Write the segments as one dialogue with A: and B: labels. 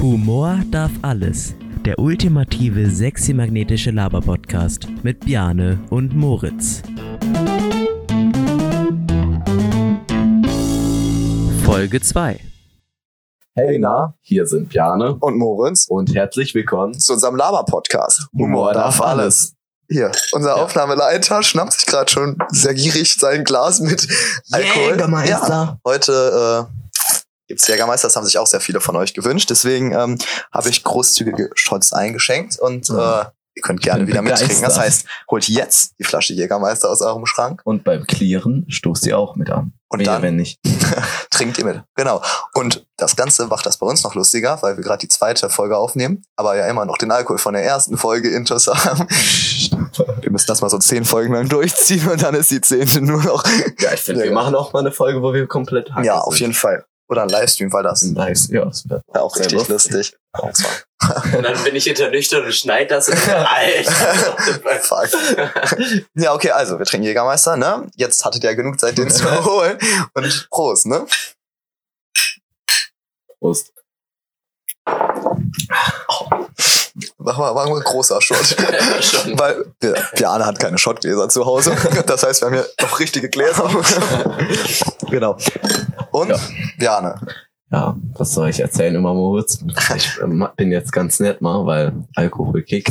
A: Humor darf alles. Der ultimative sexy magnetische Laber-Podcast mit Bjane und Moritz. Folge 2.
B: Hey na, hier sind Bjane
C: und Moritz
B: und herzlich willkommen.
C: zu unserem Lava-Podcast.
B: Humor darf alles.
C: Hier, unser Aufnahmeleiter schnappt sich gerade schon sehr gierig sein Glas mit Alkohol.
D: Jägermeister.
C: Ja, heute äh, gibt's Jägermeister, das haben sich auch sehr viele von euch gewünscht. Deswegen ähm, habe ich großzügige Shots eingeschenkt und äh, ihr könnt gerne
B: bin
C: wieder mittrinken.
B: begeistert.
C: Das heißt, holt jetzt die Flasche Jägermeister aus eurem Schrank,
D: Und beim Clearen stoßt ihr auch mit an.
C: Und
D: Wehe,
C: dann-
D: wenn nicht.
C: trinkt ihr mit. Genau. Und das Ganze macht das bei uns noch lustiger, weil wir gerade die zweite Folge aufnehmen, aber ja immer noch den Alkohol von der ersten Folge intus haben. Wir müssen das mal so zehn Folgen lang durchziehen und dann ist die zehnte nur noch.
D: Ja, ich
C: Ja, ja.
D: machen auch mal eine Folge, wo wir komplett hacken.
C: Ja, auf jeden Fall. Oder ein Livestream, weil das
D: Fall. Nice. Ja, das wird
C: wäre auch
D: Sehr
C: richtig lustig.
E: Und dann bin ich hinter nüchtern und schneid das. Und Alter.
C: Fuck. ja, okay, also wir trinken Jägermeister, ne? Jetzt hattet ihr ja genug Zeit, den zu erholen. Und Prost, ne?
D: Prost.
C: Machen wir, machen wir ein großer Shot.
E: Schon.
C: Weil ja, Piane hat keine Schottgläser zu Hause. Das heißt, wir haben hier noch richtige Gläser. genau. Und
D: Ja.
C: Piane.
D: Ja, was soll ich erzählen immer, Moritz? Ich ähm, bin jetzt ganz nett mal, weil Alkohol kickt.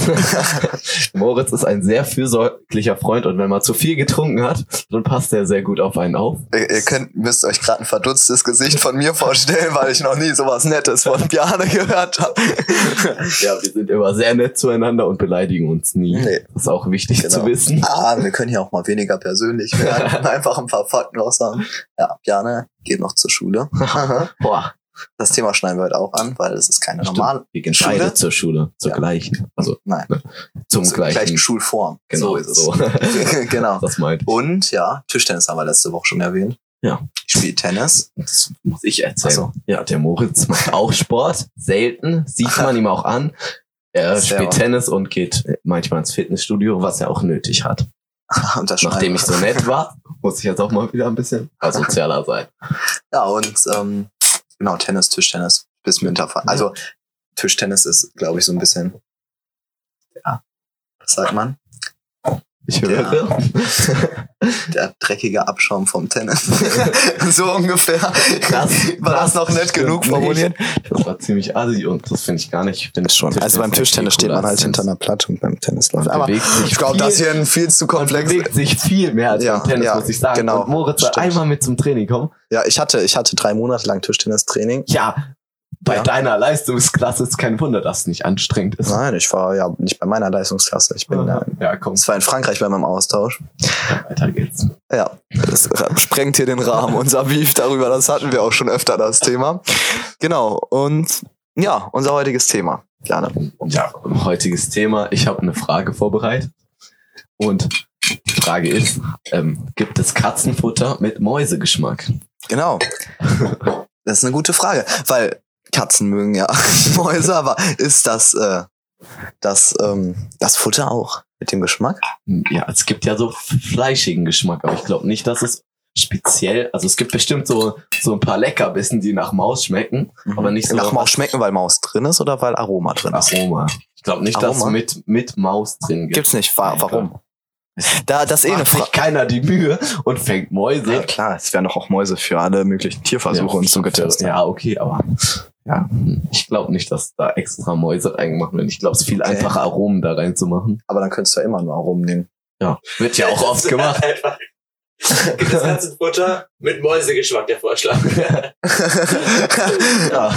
D: Moritz ist ein sehr fürsorglicher Freund und wenn man zu viel getrunken hat, dann passt er sehr gut auf einen auf.
C: Ihr, ihr könnt, müsst euch gerade ein verdutztes Gesicht von mir vorstellen, weil ich noch nie sowas Nettes von Piane gehört habe.
D: Ja, wir sind immer sehr nett zueinander und beleidigen uns nie.
C: Nee.
D: Das ist auch wichtig
C: Genau.
D: zu wissen.
C: Ah, wir können hier auch mal weniger persönlich werden. Einfach ein paar Fakten raushaben. Ja, Piane geht noch zur Schule.
D: Boah,
C: Das Thema schneiden wir heute auch an, weil es ist keine normale,
D: wir gehen
C: Schule?
D: beide zur Schule, zur
C: Ja.
D: gleichen. Also
C: nein,
D: zum
C: zur
D: gleichen.
C: gleichen Schulform.
D: Genau,
C: so ist es.
D: so.
C: genau.
D: das meint.
C: Und ja, Tischtennis haben wir letzte Woche schon erwähnt.
D: Ja.
C: Ich spiele Tennis.
D: Das muss ich erzählen.
C: Ach so.
D: Also, Ja, der Moritz macht auch Sport. Selten. Sieht man ihm auch an. Er
C: Sehr
D: spielt
C: wahr.
D: Tennis und geht manchmal ins Fitnessstudio, was er auch nötig hat.
C: Und das
D: Nachdem
C: schneiden
D: ich so nett war, muss ich jetzt auch mal wieder ein bisschen asozialer sein.
C: wir. Ja, und ähm, genau, Tennis, Tischtennis bis Winterfall. Also Tischtennis ist, glaube ich, so ein bisschen. Ja. Was sagt man?
D: Ich höre.
C: Der dreckige Abschaum vom Tennis. so ungefähr. war das noch nett
D: stimmt
C: genug
D: nicht.
C: formuliert?
D: Das war ziemlich assi und das finde ich gar nicht. Ich finde Tischtennis
C: Also
D: noch viel cooler als Tennis.
C: halt Platte und beim Tennis läuft.
D: Man
C: Aber
D: bewegt sich
C: ich glaube,
D: viel-
C: das hier ein viel zu
D: man
C: komplex.
D: bewegt sich viel mehr als
C: Ja,
D: beim Tennis,
C: ja,
D: muss ich sagen.
C: genau.
D: und Moritz soll
C: Stimmt.
D: einmal mit zum Training kommen.
C: Ja, ich hatte, ich hatte drei Monate lang Tischtennistraining.
D: Ja, bei
C: Ja.
D: deiner Leistungsklasse ist kein Wunder, dass es nicht anstrengend ist.
C: Nein, ich war ja nicht bei meiner Leistungsklasse. Ich bin da.
D: ja, komm,
C: Es war in Frankreich bei meinem Austausch.
D: weiter geht's.
C: Ja, das sprengt hier den Rahmen, unser Beef darüber. Das hatten wir auch schon öfter, das Thema. Genau, und ja, unser heutiges Thema. Gerne.
D: Ja, heutiges Thema. Ich habe eine Frage vorbereitet. Und die Frage ist, ähm, gibt es Katzenfutter mit Mäusegeschmack?
C: Genau. Das ist eine gute Frage, weil Katzen mögen ja Mäuse, aber ist das, äh, das, ähm, das Futter auch mit dem Geschmack?
D: Hm, Ja, es gibt ja so fleischigen Geschmack, aber ich glaube nicht, dass es speziell, also es gibt bestimmt so, so ein paar Leckerbissen, die nach Maus schmecken,
C: Mhm.
D: aber nicht so
C: Nach Maus schmecken, weil Maus drin ist oder weil Aroma drin ist?
D: Aroma. Ich glaube nicht, dass es
C: Aroma?
D: mit, mit Maus drin gibt.
C: Gibt's nicht. Wa warum? Da, das ist eh eine
D: Macht
C: Frage.
D: sich keiner die Mühe und fängt
C: Ja,
D: Mäuse.
C: klar, es wären doch auch Mäuse für alle möglichen Tierversuche und so getestet.
D: Ja, okay, aber ja, ich glaube nicht, dass da extra Mäuse reingemacht werden. Ich glaube, es ist viel
C: Okay.
D: einfacher, Aromen da reinzumachen.
C: Aber dann könntest du ja immer nur Aromen nehmen.
D: Ja, wird ja auch oft gemacht.
E: Einfach. Gibt es Katzenfutter mit Mäusegeschmack, der Vorschlag.
D: ja.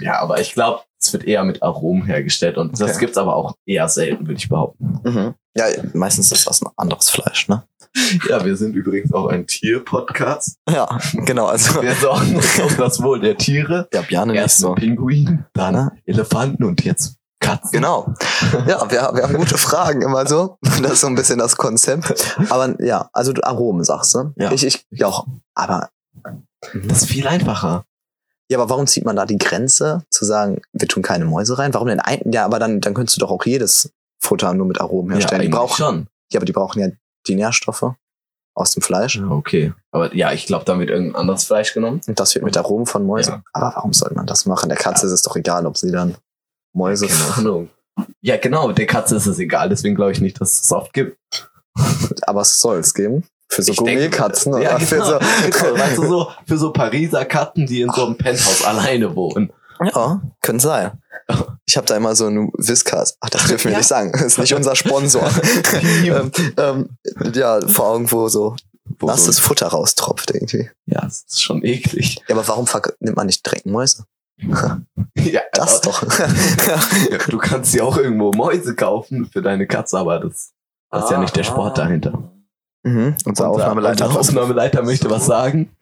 D: ja, aber ich glaube, es wird eher mit Aromen hergestellt und das
C: Okay.
D: gibt's aber auch eher selten, würde ich behaupten.
C: Mhm. Ja, meistens ist das ein anderes Fleisch, ne?
D: Ja, wir sind übrigens auch ein Tier-Podcast.
C: Ja, genau. Also,
D: Wir sorgen uns um das Wohl der Tiere.
C: ja, Bjane nicht
D: Erst
C: so.
D: Pinguin, dann
C: Ja.
D: Elefanten und jetzt Katzen.
C: Genau. Ja, wir, wir haben gute Fragen immer so. Das ist so ein bisschen das Konzept. Aber ja, also du Aromen sagst du.
D: Ja.
C: Ich, ich, ja, auch. Aber,
D: Das ist viel einfacher.
C: ja, aber warum zieht man da die Grenze zu sagen, wir tun keine Mäuse rein? Warum denn ein, ja, aber dann, dann könntest du doch auch jedes Futter nur mit Aromen herstellen. die
D: eigentlich
C: brauchen,
D: schon.
C: ja, aber die brauchen ja die Nährstoffe. aus dem Fleisch.
D: Ja, okay. Aber ja, ich glaube, dann wird irgendein anderes Fleisch genommen.
C: Und das wird mit Aromen von Mäusen.
D: Ja.
C: Aber warum soll man das machen? Der Katze ist es doch egal, ob sie dann Mäuse.
D: Keine Ahnung. Ja, genau, der Katze ist es egal, deswegen glaube ich nicht, dass es das oft gibt.
C: Aber es soll es geben. Für so
D: Ich denke,
C: Gourmetkatzen oder
D: ja,
C: für
D: genau,
C: so.
D: genau, weißt du, so, für so Pariser Katzen, die in so einem Penthouse alleine wohnen.
C: Ja, Oh, könnte sein. Ich habe da immer so einen Whiskas. Ach, das dürfen wir
D: Ja.
C: nicht sagen. Ist nicht unser Sponsor. ähm, ähm, ja, vor Augen, wo so
D: Wo
C: nasses
D: so-
C: Futter raustropft irgendwie.
D: ja, das ist schon eklig.
C: Ja, aber warum verk- nimmt man nicht direkt Mäuse?
D: Ja, also,
C: Das doch.
D: Ja, Du kannst ja auch irgendwo Mäuse kaufen für deine Katze, aber das, das ist ja nicht der Sport dahinter.
C: mhm.
D: äh,
C: Unser Ah. Aufnahmeleiter hat
D: unser
C: was.
D: Aufnahmeleiter möchte was sagen.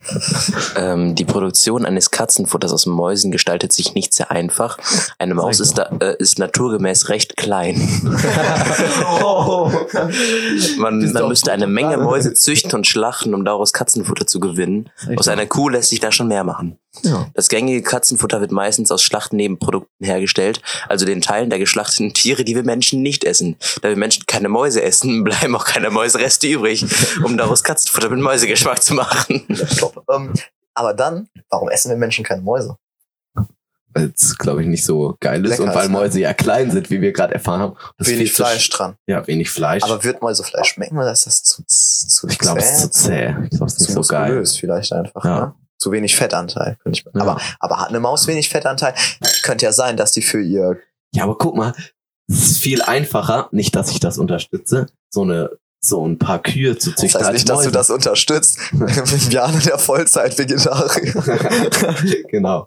E: Ähm, die Produktion eines Katzenfutters aus Mäusen gestaltet sich nicht sehr einfach. Eine Maus ist, da, äh, ist naturgemäß recht klein. Man,
D: Bist du
E: man
D: auf
E: müsste eine Menge Mäuse züchten und schlachten, um daraus Katzenfutter zu gewinnen. Aus einer Kuh lässt sich da schon mehr machen.
C: Ja.
E: Das gängige Katzenfutter wird meistens aus Schlachtnebenprodukten hergestellt, also den Teilen der geschlachteten Tiere, die wir Menschen nicht essen. Da wir Menschen keine Mäuse essen, bleiben auch keine Mäusereste übrig, um daraus Katzenfutter mit Mäusegeschmack zu machen.
C: Stopp. Ähm, aber dann, warum essen wir Menschen keine Mäuse?
D: Weil es, glaube ich, nicht so geil ist
C: Lecker
D: und weil
C: ist, ne?
D: Mäuse ja klein sind, wie wir gerade erfahren haben. Das
C: Wenig
D: viel zu-
C: Fleisch dran.
D: Ja, wenig Fleisch.
C: Aber wird Mäusefleisch schmecken oder ist das zu zu
D: ich glaube, es ist zu zäh. Ich glaube, es ist nicht so geil.
C: muskulös vielleicht einfach.
D: Ja.
C: Ne? Zu wenig Fettanteil. Könnte ich,
D: Ja.
C: aber, aber hat eine Maus wenig Fettanteil? Könnte ja sein, dass die für ihr...
D: Ja, aber guck mal, es ist viel einfacher, nicht, dass ich das unterstütze, so eine so ein paar Kühe zu
C: Das
D: züchten.
C: heißt
D: als
C: nicht, dass du
D: Mäuse.
C: das unterstützt. Ich bin der Vollzeit-Vegetarier.
D: genau.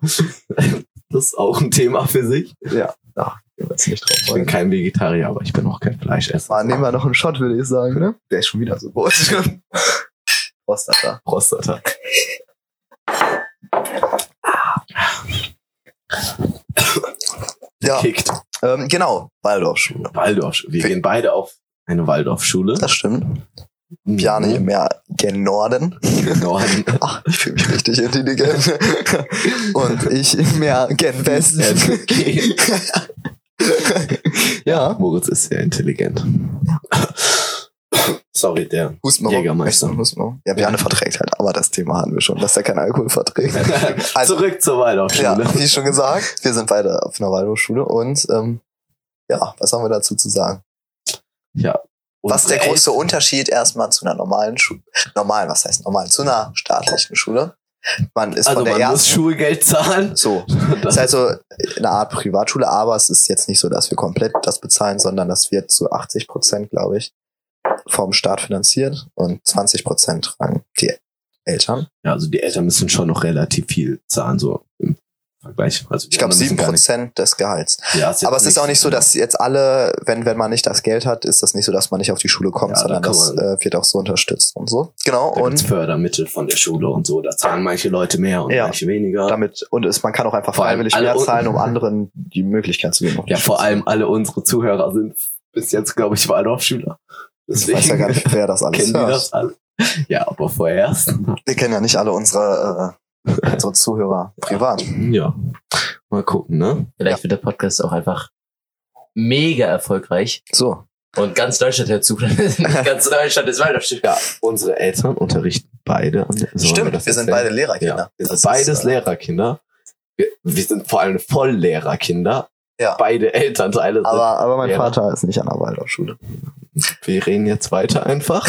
D: Das ist auch ein Thema für sich.
C: Ich weiß nicht drauf.
D: Ich bin kein Vegetarier, aber ich bin auch kein Fleischesser.
C: Mann, nehmen wir noch einen Shot, würde ich sagen, ne? Der ist schon wieder so groß. Prostata.
D: Prostata.
C: Ja,
D: Kickt.
C: ähm, genau. Waldorfschule.
D: Waldorf. Wir
C: Wie-
D: gehen beide auf eine Waldorfschule.
C: Das stimmt. Bjarne hier mehr gen Norden.
D: Genau.
C: Ach, ich fühle mich richtig intelligent. Und ich mehr gen Westen.
D: Äh, Okay.
C: Ja.
D: Moritz ist sehr intelligent. Sorry, der.
C: Husmarum.
D: Jägermeister.
C: Echt, Husmarum. Ja, Bjarne verträgt halt, aber das Thema hatten wir schon, dass er keinen Alkohol verträgt. Also-
D: Zurück zur
C: Ja,
D: Waldorfschule.
C: wie schon gesagt, wir sind beide auf einer Waldorfschule und ähm, ja, was haben wir dazu zu sagen? Was ist der
D: Unsere
C: große Unterschied erstmal zu einer normalen Schule? Normalen, was heißt normal? Zu einer staatlichen Schule. Man ist
D: Also
C: von der
D: man muss
C: ersten.
D: Schulgeld zahlen.
C: So, das ist also eine Art Privatschule, aber es ist jetzt nicht so, dass wir komplett das bezahlen, sondern das wird zu 80 Prozent, glaube ich, vom Staat finanziert und 20 Prozent tragen die Eltern.
D: Ja, also die Eltern müssen schon noch relativ viel zahlen, so im Vergleich. Also die
C: Ich glaube,
D: anderen müssen
C: 7
D: gar nicht-
C: Prozent des Gehalts.
D: Ja, ist jetzt
C: Aber es ist auch nicht so, dass jetzt alle, wenn, wenn man nicht das Geld hat, ist das nicht so, dass man nicht auf die Schule kommt,
D: Ja, da
C: sondern
D: kann
C: das
D: man-
C: äh, wird auch so unterstützt und so. Genau,
D: Da gibt's
C: und
D: Fördermittel von der Schule und so. Da zahlen manche Leute mehr und
C: Ja.
D: manche weniger.
C: damit, und es, man kann auch einfach
D: Vor allem
C: freiwillig
D: alle
C: mehr
D: unten-
C: zahlen, um anderen die Möglichkeit zu geben. auf die
D: ja, vor
C: Schule.
D: allem alle unsere Zuhörer sind bis jetzt, glaube ich, Waldorfschüler.
C: Ich weiß ja gar nicht, wer das alles
D: kennen die
C: hört.
D: das alle. Ja, aber vorerst.
C: Wir kennen ja nicht alle unsere, äh, unsere Zuhörer privat.
D: Ja. Mal gucken, ne?
E: Vielleicht wird der Podcast auch einfach mega erfolgreich
C: So.
E: und ganz Deutschland hört zu. ganz Deutschland ist Waldorfschule.
D: Ja, unsere Eltern unterrichten beide. an der- Sollen
C: Stimmt, wir,
D: das
C: sind beide
D: erzählen?
C: Lehrerkinder.
D: Ja, wir
C: Das
D: sind beides
C: ist, äh,
D: Lehrerkinder. Wir, wir sind vor allem Volllehrerkinder.
C: Ja.
D: Beide Elternteile sind
C: Aber, aber mein
D: Lehrer.
C: Vater ist nicht an der Waldorfschule.
D: Wir reden jetzt weiter einfach.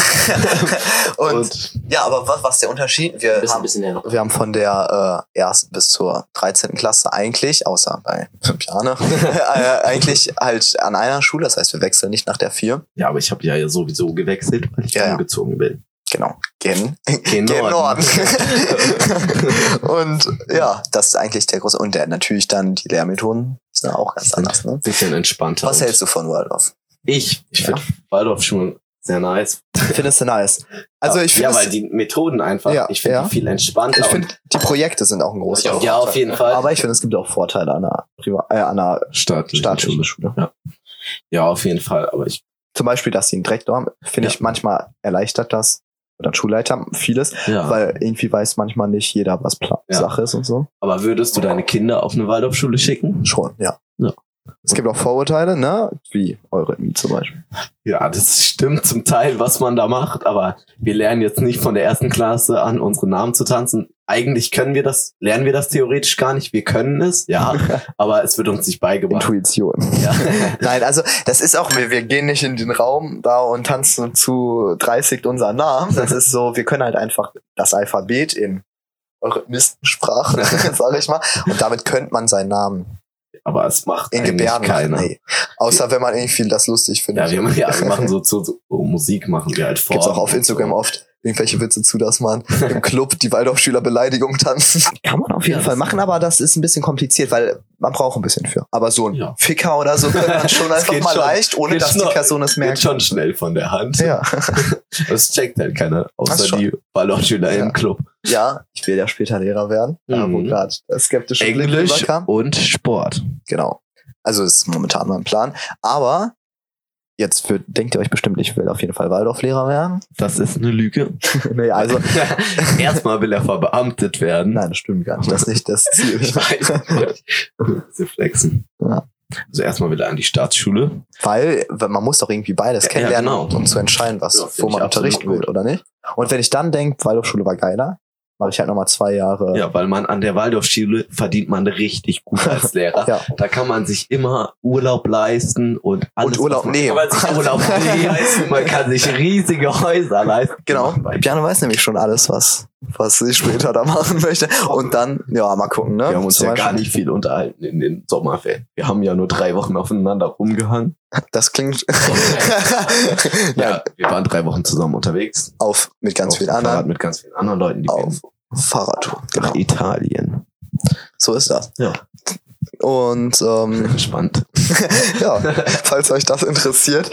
C: und, ja, aber was, was ist der Unterschied? Wir
E: Bist ein
C: haben,
E: bisschen der noch.
C: wir haben von der äh, ersten bis zur 13. Klasse eigentlich, außer bei Piane, äh, eigentlich halt an einer Schule. Das heißt, wir wechseln nicht nach der vier.
D: ja, aber ich habe ja sowieso gewechselt, weil ich
C: Ja, ja.
D: umgezogen bin.
C: Genau. Gen.
D: Gen
C: Gen Norden. und ja, das ist eigentlich der große. Und der, natürlich dann die Lehrmethoden sind auch ganz anders. Ne?
D: Bisschen entspannter.
C: Was hältst du von Waldorf?
D: Ich, ich finde Waldorfschulen sehr nice.
C: Findest du nice? Also ich
D: ja,
C: finde,
D: weil
C: es-
D: die Methoden einfach,
C: Ja,
D: ich finde
C: ja.
D: die viel entspannter.
C: ich finde, die Projekte sind auch ein großer
D: und,
C: Vorteil.
D: ja, auf jeden Fall.
C: Aber ich finde, es gibt auch Vorteile an einer, Priva äh, an einer
D: staatliche
C: staatlichen
D: Schule.
C: Schule.
D: Ja, auf jeden Fall. Aber ich,
C: Zum Beispiel, dass sie einen Direktor haben, finde
D: Ja.
C: ich manchmal erleichtert das oder ein Schulleiter vieles,
D: ja.
C: weil irgendwie weiß manchmal nicht jeder, was Pla
D: Ja.
C: Sache ist und so.
D: aber würdest du deine Kinder auf eine Waldorfschule schicken?
C: Schon, ja.
D: Ja.
C: Es gibt auch Vorurteile, ne? Wie Eurythmie zum Beispiel.
D: Ja, das stimmt zum Teil, was man da macht, aber wir lernen jetzt nicht von der ersten Klasse an, unsere Namen zu tanzen. Eigentlich können wir das, lernen wir das theoretisch gar nicht. Wir können es, ja, aber es wird uns nicht beigebracht.
C: Intuition.
D: Ja.
C: Nein, also das ist auch, wir, wir gehen nicht in den Raum da und tanzen zu 30 unseren Namen. Das ist so, wir können halt einfach das Alphabet in Eurythmistensprache, sag ich mal. Und damit könnte man seinen Namen
D: Aber es macht
C: in
D: eigentlich
C: Gebärden machen.
D: keiner.
C: Nee. Außer wenn man irgendwie das lustig findet.
D: Ja, wir, machen- ja, wir machen so, so, so Musik machen wir halt vor.
C: Gibt's auch auf Instagram oft irgendwelche Witze zu, dass man im Club die Waldorfschüler Beleidigung tanzen. Kann man auf jeden
D: Ja,
C: Fall
D: das-
C: machen, aber das ist ein bisschen kompliziert, weil man braucht ein bisschen für. Aber so ein
D: Ja.
C: Ficker oder so könnte man schon
D: Das
C: einfach
D: geht
C: mal
D: schon.
C: leicht, ohne
D: Geht
C: dass die
D: schon.
C: Person es
D: Geht
C: merkt.
D: schon schnell von der Hand.
C: Ja.
D: Das checkt halt keiner,
C: Das
D: außer
C: schon.
D: die Ballonschüler
C: Ja.
D: im Club.
C: ja, ich will ja später Lehrer werden, da wo
D: Mhm.
C: gerade das skeptische Blick rüberkam.
D: und Sport.
C: Genau. Also ist momentan mein Plan. Aber jetzt für, denkt ihr euch bestimmt, ich will auf jeden Fall Waldorflehrer werden.
D: Das ist eine Lüge.
C: nee, also,
D: Erstmal will er verbeamtet werden.
C: nein, das stimmt gar nicht. Das ist nicht das Ziel.
D: Ich weiß nicht. Sie flexen.
C: Ja.
D: Also erstmal will er an die Staatsschule.
C: Weil weil man muss doch irgendwie beides
D: Ja,
C: kennenlernen,
D: ja, genau.
C: um zu entscheiden, was,
D: Ja, find
C: wo
D: ich
C: man
D: absolut
C: unterrichten will
D: gut.
C: oder nicht. Und wenn ich dann denke, Waldorfschule war geiler, mache ich halt nochmal zwei Jahre.
D: Ja, weil man an der Waldorfschule verdient man richtig gut als Lehrer.
C: Ja.
D: Da kann man sich immer Urlaub leisten und alles.
C: Und Urlaub
D: was man-
C: nehmen.
D: Kann man sich Urlaub nehmen. Man kann sich riesige Häuser leisten.
C: Genau.
D: Ja,
C: Piano weiß nämlich schon alles, was, was ich später da machen möchte. Und dann, ja, mal gucken, ne?
D: Wir haben uns
C: Zum
D: ja gar
C: Beispiel.
D: nicht viel unterhalten in den Sommerferien. Wir haben ja nur drei Wochen aufeinander rumgehangen.
C: Das klingt Nein,
D: Ja, wir waren drei Wochen zusammen unterwegs.
C: auf mit ganz
D: Auf
C: vielen
D: dem Fahrrad
C: anderen
D: Mit ganz vielen anderen Leuten. Die
C: Auf. Fahrradtour.
D: wir- Nach
C: Genau.
D: Italien.
C: So ist das.
D: Ja.
C: Und ähm,
D: Spannend.
C: ja, falls euch das interessiert,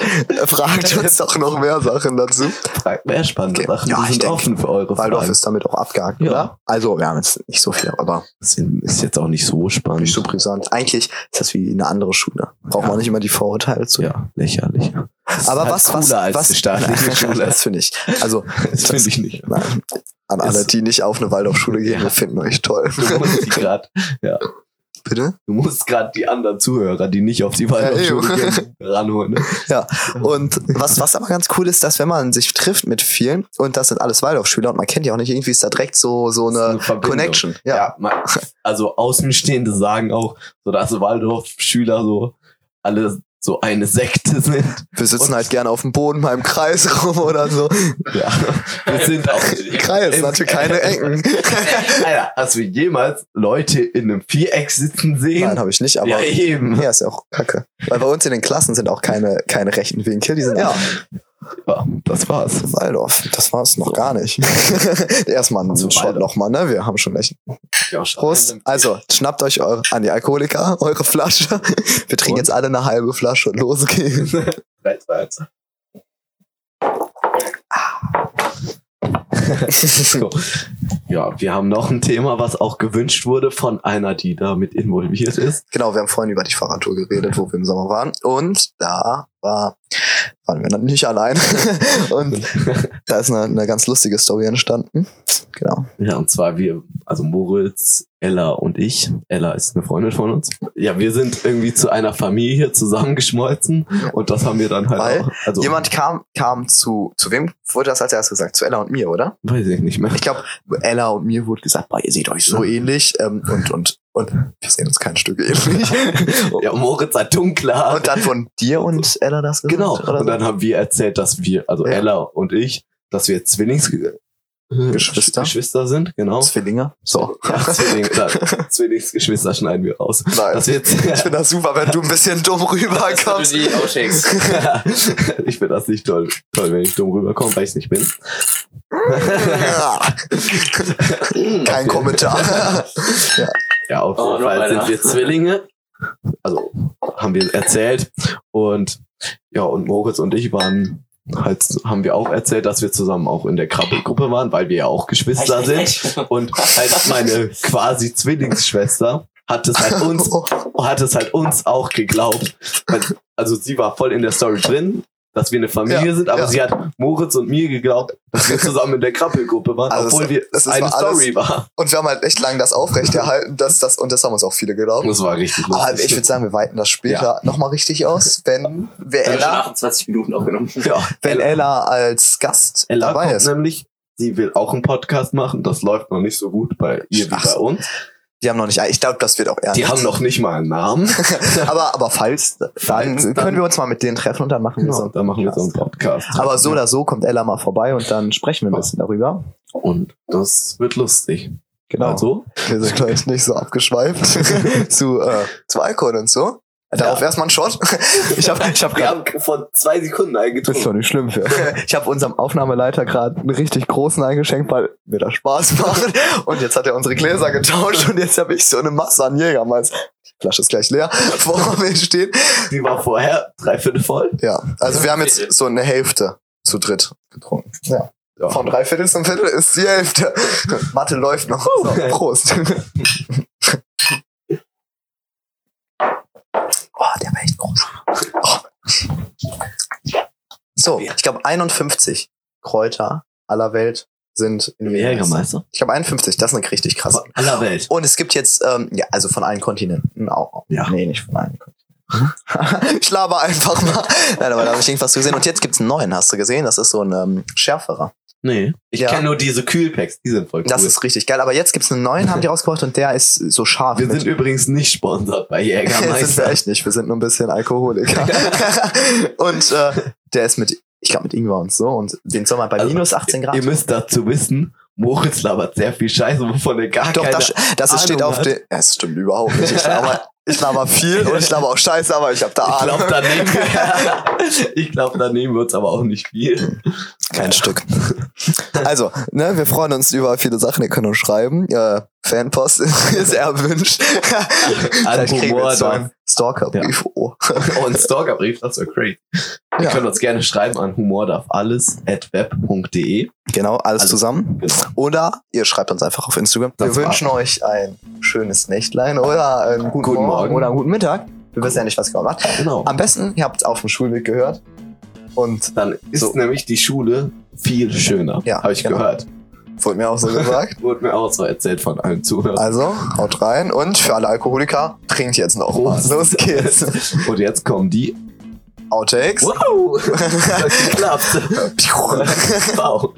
C: fragt uns doch noch mehr Sachen dazu.
D: Fragt mehr spannende
C: Okay.
D: Sachen.
C: Ja,
D: wir
C: ich
D: sind
C: denk,
D: offen für eure
C: Waldorf
D: Fragen.
C: ist damit auch abgehakt,
D: Ja.
C: oder? Also, wir haben jetzt nicht so viel, aber
D: Das ist jetzt auch nicht so spannend.
C: nicht so brisant. Eigentlich ist das wie eine andere Schule. Braucht
D: Ja.
C: man nicht immer die Vorurteile zu.
D: ja, lächerlich.
C: Aber
D: halt
C: was, was,
D: cooler als
C: was,
D: die staatliche Schule.
C: das finde ich. Also,
D: Das finde ich nicht.
C: nein, an alle,
D: Ist-
C: die nicht auf eine Waldorfschule gehen,
D: Ja.
C: wir finden euch toll.
D: Du musst die grad,
C: Bitte?
D: du musst grad die anderen Zuhörer, die nicht auf die Waldorfschule
C: Ja, eben.
D: gehen, ranholen. ne?
C: Und was, was aber ganz cool ist, dass wenn man sich trifft mit vielen, und das sind alles Waldorfschüler, und man kennt die auch nicht, irgendwie ist da direkt so, so eine
D: Verbindung.
C: Connection.
D: Ja,
C: Ja.
D: man, also Außenstehende sagen auch, so dass Waldorf-Schüler so alle so eine Sekte sind.
C: Wir sitzen
D: Und-
C: halt gerne auf dem Boden mal im Kreis rum oder so.
D: Ja, wir sind auch
C: Kreis,
D: Im- Ah
C: natürlich keine Ecken.
D: Alter, hast du jemals Leute in einem Viereck sitzen sehen?
C: Nein, habe ich nicht, aber.
D: ja, eben.
C: Ja, ist ja auch kacke. Weil bei uns in den Klassen sind auch keine, keine rechten Winkel. Die sind ja
D: Ja, das war's.
C: Waldorf. Das war es noch gar nicht. Erstmal einen
D: Zum
C: Shot
D: Waldorf.
C: nochmal, ne? Wir haben schon echt.
D: Ja,
C: Prost. Also, schnappt euch eure, an die Alkoholiker eure Flasche. Wir trinken
D: Und?
C: jetzt alle eine halbe Flasche und los geht's.
D: so. Ja, wir haben noch ein Thema, was auch gewünscht wurde von einer, die damit involviert ist.
C: Genau, wir haben vorhin über die Fahrradtour geredet, wo wir im Sommer waren. Und da war, waren wir dann nicht allein. Und da ist eine, eine ganz lustige Story entstanden. Genau.
D: Ja, und zwar wir, also Moritz, Ella und ich. Ella ist eine Freundin von uns. Ja, wir sind irgendwie zu einer Familie zusammengeschmolzen und das haben wir dann halt
C: Weil
D: auch. Also,
C: Jemand kam, kam zu, zu wem wurde das als erstes gesagt? Zu Ella und mir, oder?
D: weiß ich nicht mehr.
C: Ich glaube, Ella und mir wurde gesagt, boah, ihr seht euch so ähnlich ähm, und, und, und wir sehen uns kein Stück ähnlich.
D: Ja, Moritz hat dunkle Haare.
C: und dann von dir und Ella das gesagt?
D: Genau.
C: Oder
D: Und dann haben wir erzählt, dass wir, also
C: Ja.
D: Ella und ich, dass wir Zwillings äh,
C: Geschwister.
D: Geschwister sind, genau.
C: so? Zwillinge? So.
D: Ja, Zwilling, da, Zwillingsgeschwister schneiden wir raus.
C: Nein.
D: Das wird,
C: ich finde das super, wenn du ein bisschen dumm rüberkommst.
E: die ausschickst.
D: ich finde das nicht toll, toll, wenn ich dumm rüberkomme, weil ich nicht bin.
C: Ja. Kein Kommentar.
D: Ja, auf
E: Oh,
D: jeden
E: noch
D: Fall
E: einer.
D: sind wir Zwillinge. Also haben wir erzählt. Und ja, und Moritz und ich waren halt, haben wir auch erzählt, dass wir zusammen auch in der Krabbelgruppe waren, weil wir ja auch Geschwister sind. Und halt meine quasi Zwillingsschwester hat es halt uns,
C: Oh,
D: hat es halt uns auch geglaubt. Weil- Also sie war voll in der Story drin dass wir eine Familie
C: Ja,
D: sind, aber
C: ja.
D: sie hat Moritz und mir geglaubt, dass wir zusammen in der Krabbelgruppe waren,
C: Also es-
D: obwohl wir
C: es ist
D: eine
C: mal alles-
D: Story war.
C: Und wir haben halt echt lange das aufrechterhalten, dass das, und das haben uns auch viele geglaubt.
D: Das war richtig
C: Aber Ah, ich würde sagen, wir weiten das später nochmal richtig aus, wenn, wenn
E: Wir haben schon
C: Ella,
E: 28 Minuten aufgenommen.
D: ja,
C: wenn
D: Ella,
C: Ella als Gast
D: Ella
C: dabei
D: kommt ne?
C: ist.
D: nämlich, sie will auch einen Podcast machen, das läuft noch nicht so gut bei ihr wie
C: Ach
D: bei
C: so.
D: uns.
C: Die haben noch nicht, ah, ich glaube, das wird auch ernst.
D: Die haben noch nicht mal einen Namen.
C: aber, aber falls, dann
D: Falls, dann-
C: können wir uns mal mit denen treffen und dann machen wir so
D: Genau,
C: einen
D: da machen wir so einen
C: Podcast.
D: Podcast.
C: Aber so oder so kommt Ella mal vorbei und dann sprechen wir ein bisschen darüber.
D: Und das wird lustig.
C: Genau.
D: Also,
C: Wir sind gleich nicht so abgeschweift zu, äh, zu Alkohol und so. Darauf erstmal einen Shot. Ich habe ich hab
D: wir
C: gerade.
D: haben vor zwei Sekunden
C: Ist
D: eingetrunken.
C: doch nicht schlimm für. Ich habe unserem Aufnahmeleiter gerade einen richtig großen eingeschenkt, weil mir das Spaß macht. Und jetzt hat er unsere Gläser getauscht und jetzt habe ich so eine Masse an Jägermeister. Die Flasche ist gleich leer, vor mir steht.
D: Die war vorher dreiviertel voll.
C: Ja, also wir haben jetzt so eine Hälfte zu dritt getrunken. Ja.
D: Ja.
C: Von drei Viertel zum Viertel ist die Hälfte. Mathe läuft noch. So, Prost. oh, der war echt groß. Oh. So, ich glaube 51 Kräuter aller Welt sind in Jägermeister. Ich glaube 51, das ist eine richtig krasse.
D: Von aller Welt.
C: Und es gibt jetzt, ähm, ja, also von allen Kontinenten auch.
D: Ja.
C: Nee, nicht von allen Kontinenten. ich laber einfach mal. Nein, aber da habe ich irgendwas gesehen. Und jetzt gibt's einen neuen, hast du gesehen? Das ist so ein ähm, schärferer.
D: Nee. Ich
C: Ja.
D: kenne nur diese Kühlpacks, die sind voll cool.
C: Das ist richtig geil. Aber jetzt gibt's einen neuen, haben die rausgebracht und der ist so scharf.
D: wir sind übrigens nicht sponsert bei
C: sind wir
D: Jägermeister.
C: echt nicht. Wir sind nur ein bisschen Alkoholiker. und äh, der ist mit, ich glaube, mit Ingwer und so. Und den soll man bei
D: Also,
C: minus 18 Grad.
D: Ihr müsst dazu wissen, Moritz labert sehr viel Scheiße, wovon er gar
C: Doch,
D: keine...
C: das, das
D: halt, Ahnung
C: steht auf
D: hat.
C: dem. Ja, Das stimmt überhaupt nicht. Ich laber, ich laber viel und ich laber auch scheiße, aber ich habe da
D: ich
C: Ahnung.
D: glaube, daneben, ich glaub, daneben wird es aber auch nicht viel.
C: Kein Stück. Also, ne, wir freuen uns über viele Sachen. Ihr könnt uns schreiben. Äh, Fanpost ist erwünscht.
D: An
C: Vielleicht kriegen
D: Humor
C: wir so
D: da.
C: einen Stalkerbrief. Oh.
D: Oh, ein Stalkerbrief, das wäre crazy. Ihr
C: Ja.
D: könnt uns gerne schreiben an humor darf alles at web.de.
C: Genau, alles
D: Also,
C: zusammen.
D: genau.
C: Oder ihr schreibt uns einfach auf Instagram. Wir
D: Das war's.
C: wünschen euch ein schönes Nächtlein oder einen guten,
D: Guten
C: Morgen,
D: Morgen.
C: oder einen guten Mittag. Wir wissen ja nicht, was ihr genau macht.
D: Genau.
C: Am besten, ihr habt es auf dem Schulweg gehört. Und
D: Dann ist
C: So.
D: nämlich die Schule viel schöner.
C: Ja,
D: habe ich
C: genau.
D: gehört.
C: wurde mir auch so gesagt.
D: Wurde mir auch so erzählt von allen Zuhörern.
C: Also, haut rein. Und für alle Alkoholiker, trinkt jetzt noch mal.
D: Prost.
C: Los geht's.
D: Und jetzt kommen die.
C: Outtakes.
D: Wow! Das klappt. wow.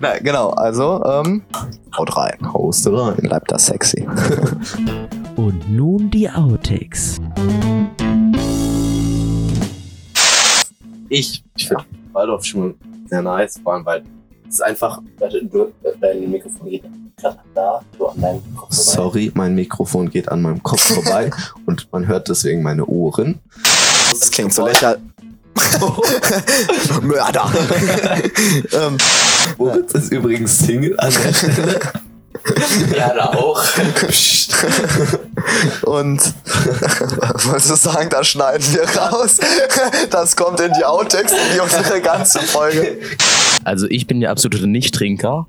C: Na, genau, also ähm, haut rein.
D: Haust rein.
C: Bleibt da sexy.
A: Und nun die Outtakes.
D: Ich, ich finde Waldorf schon sehr nice, vor allem weil es ist einfach.
E: Warte, du, dein Mikrofon geht gerade da, so an deinem Kopf vorbei.
D: Sorry, mein Mikrofon geht an meinem Kopf vorbei und man hört deswegen meine Ohren.
C: Das klingt so lächerlich. Mörder. ähm,
D: Moritz ist übrigens Single an der Stelle.
E: Ja, da auch.
C: und wolltest du sagen, das schneiden wir raus. das kommt in die Outtakes in die unsere ganze Folge.
E: Also ich bin der absolute Nichttrinker.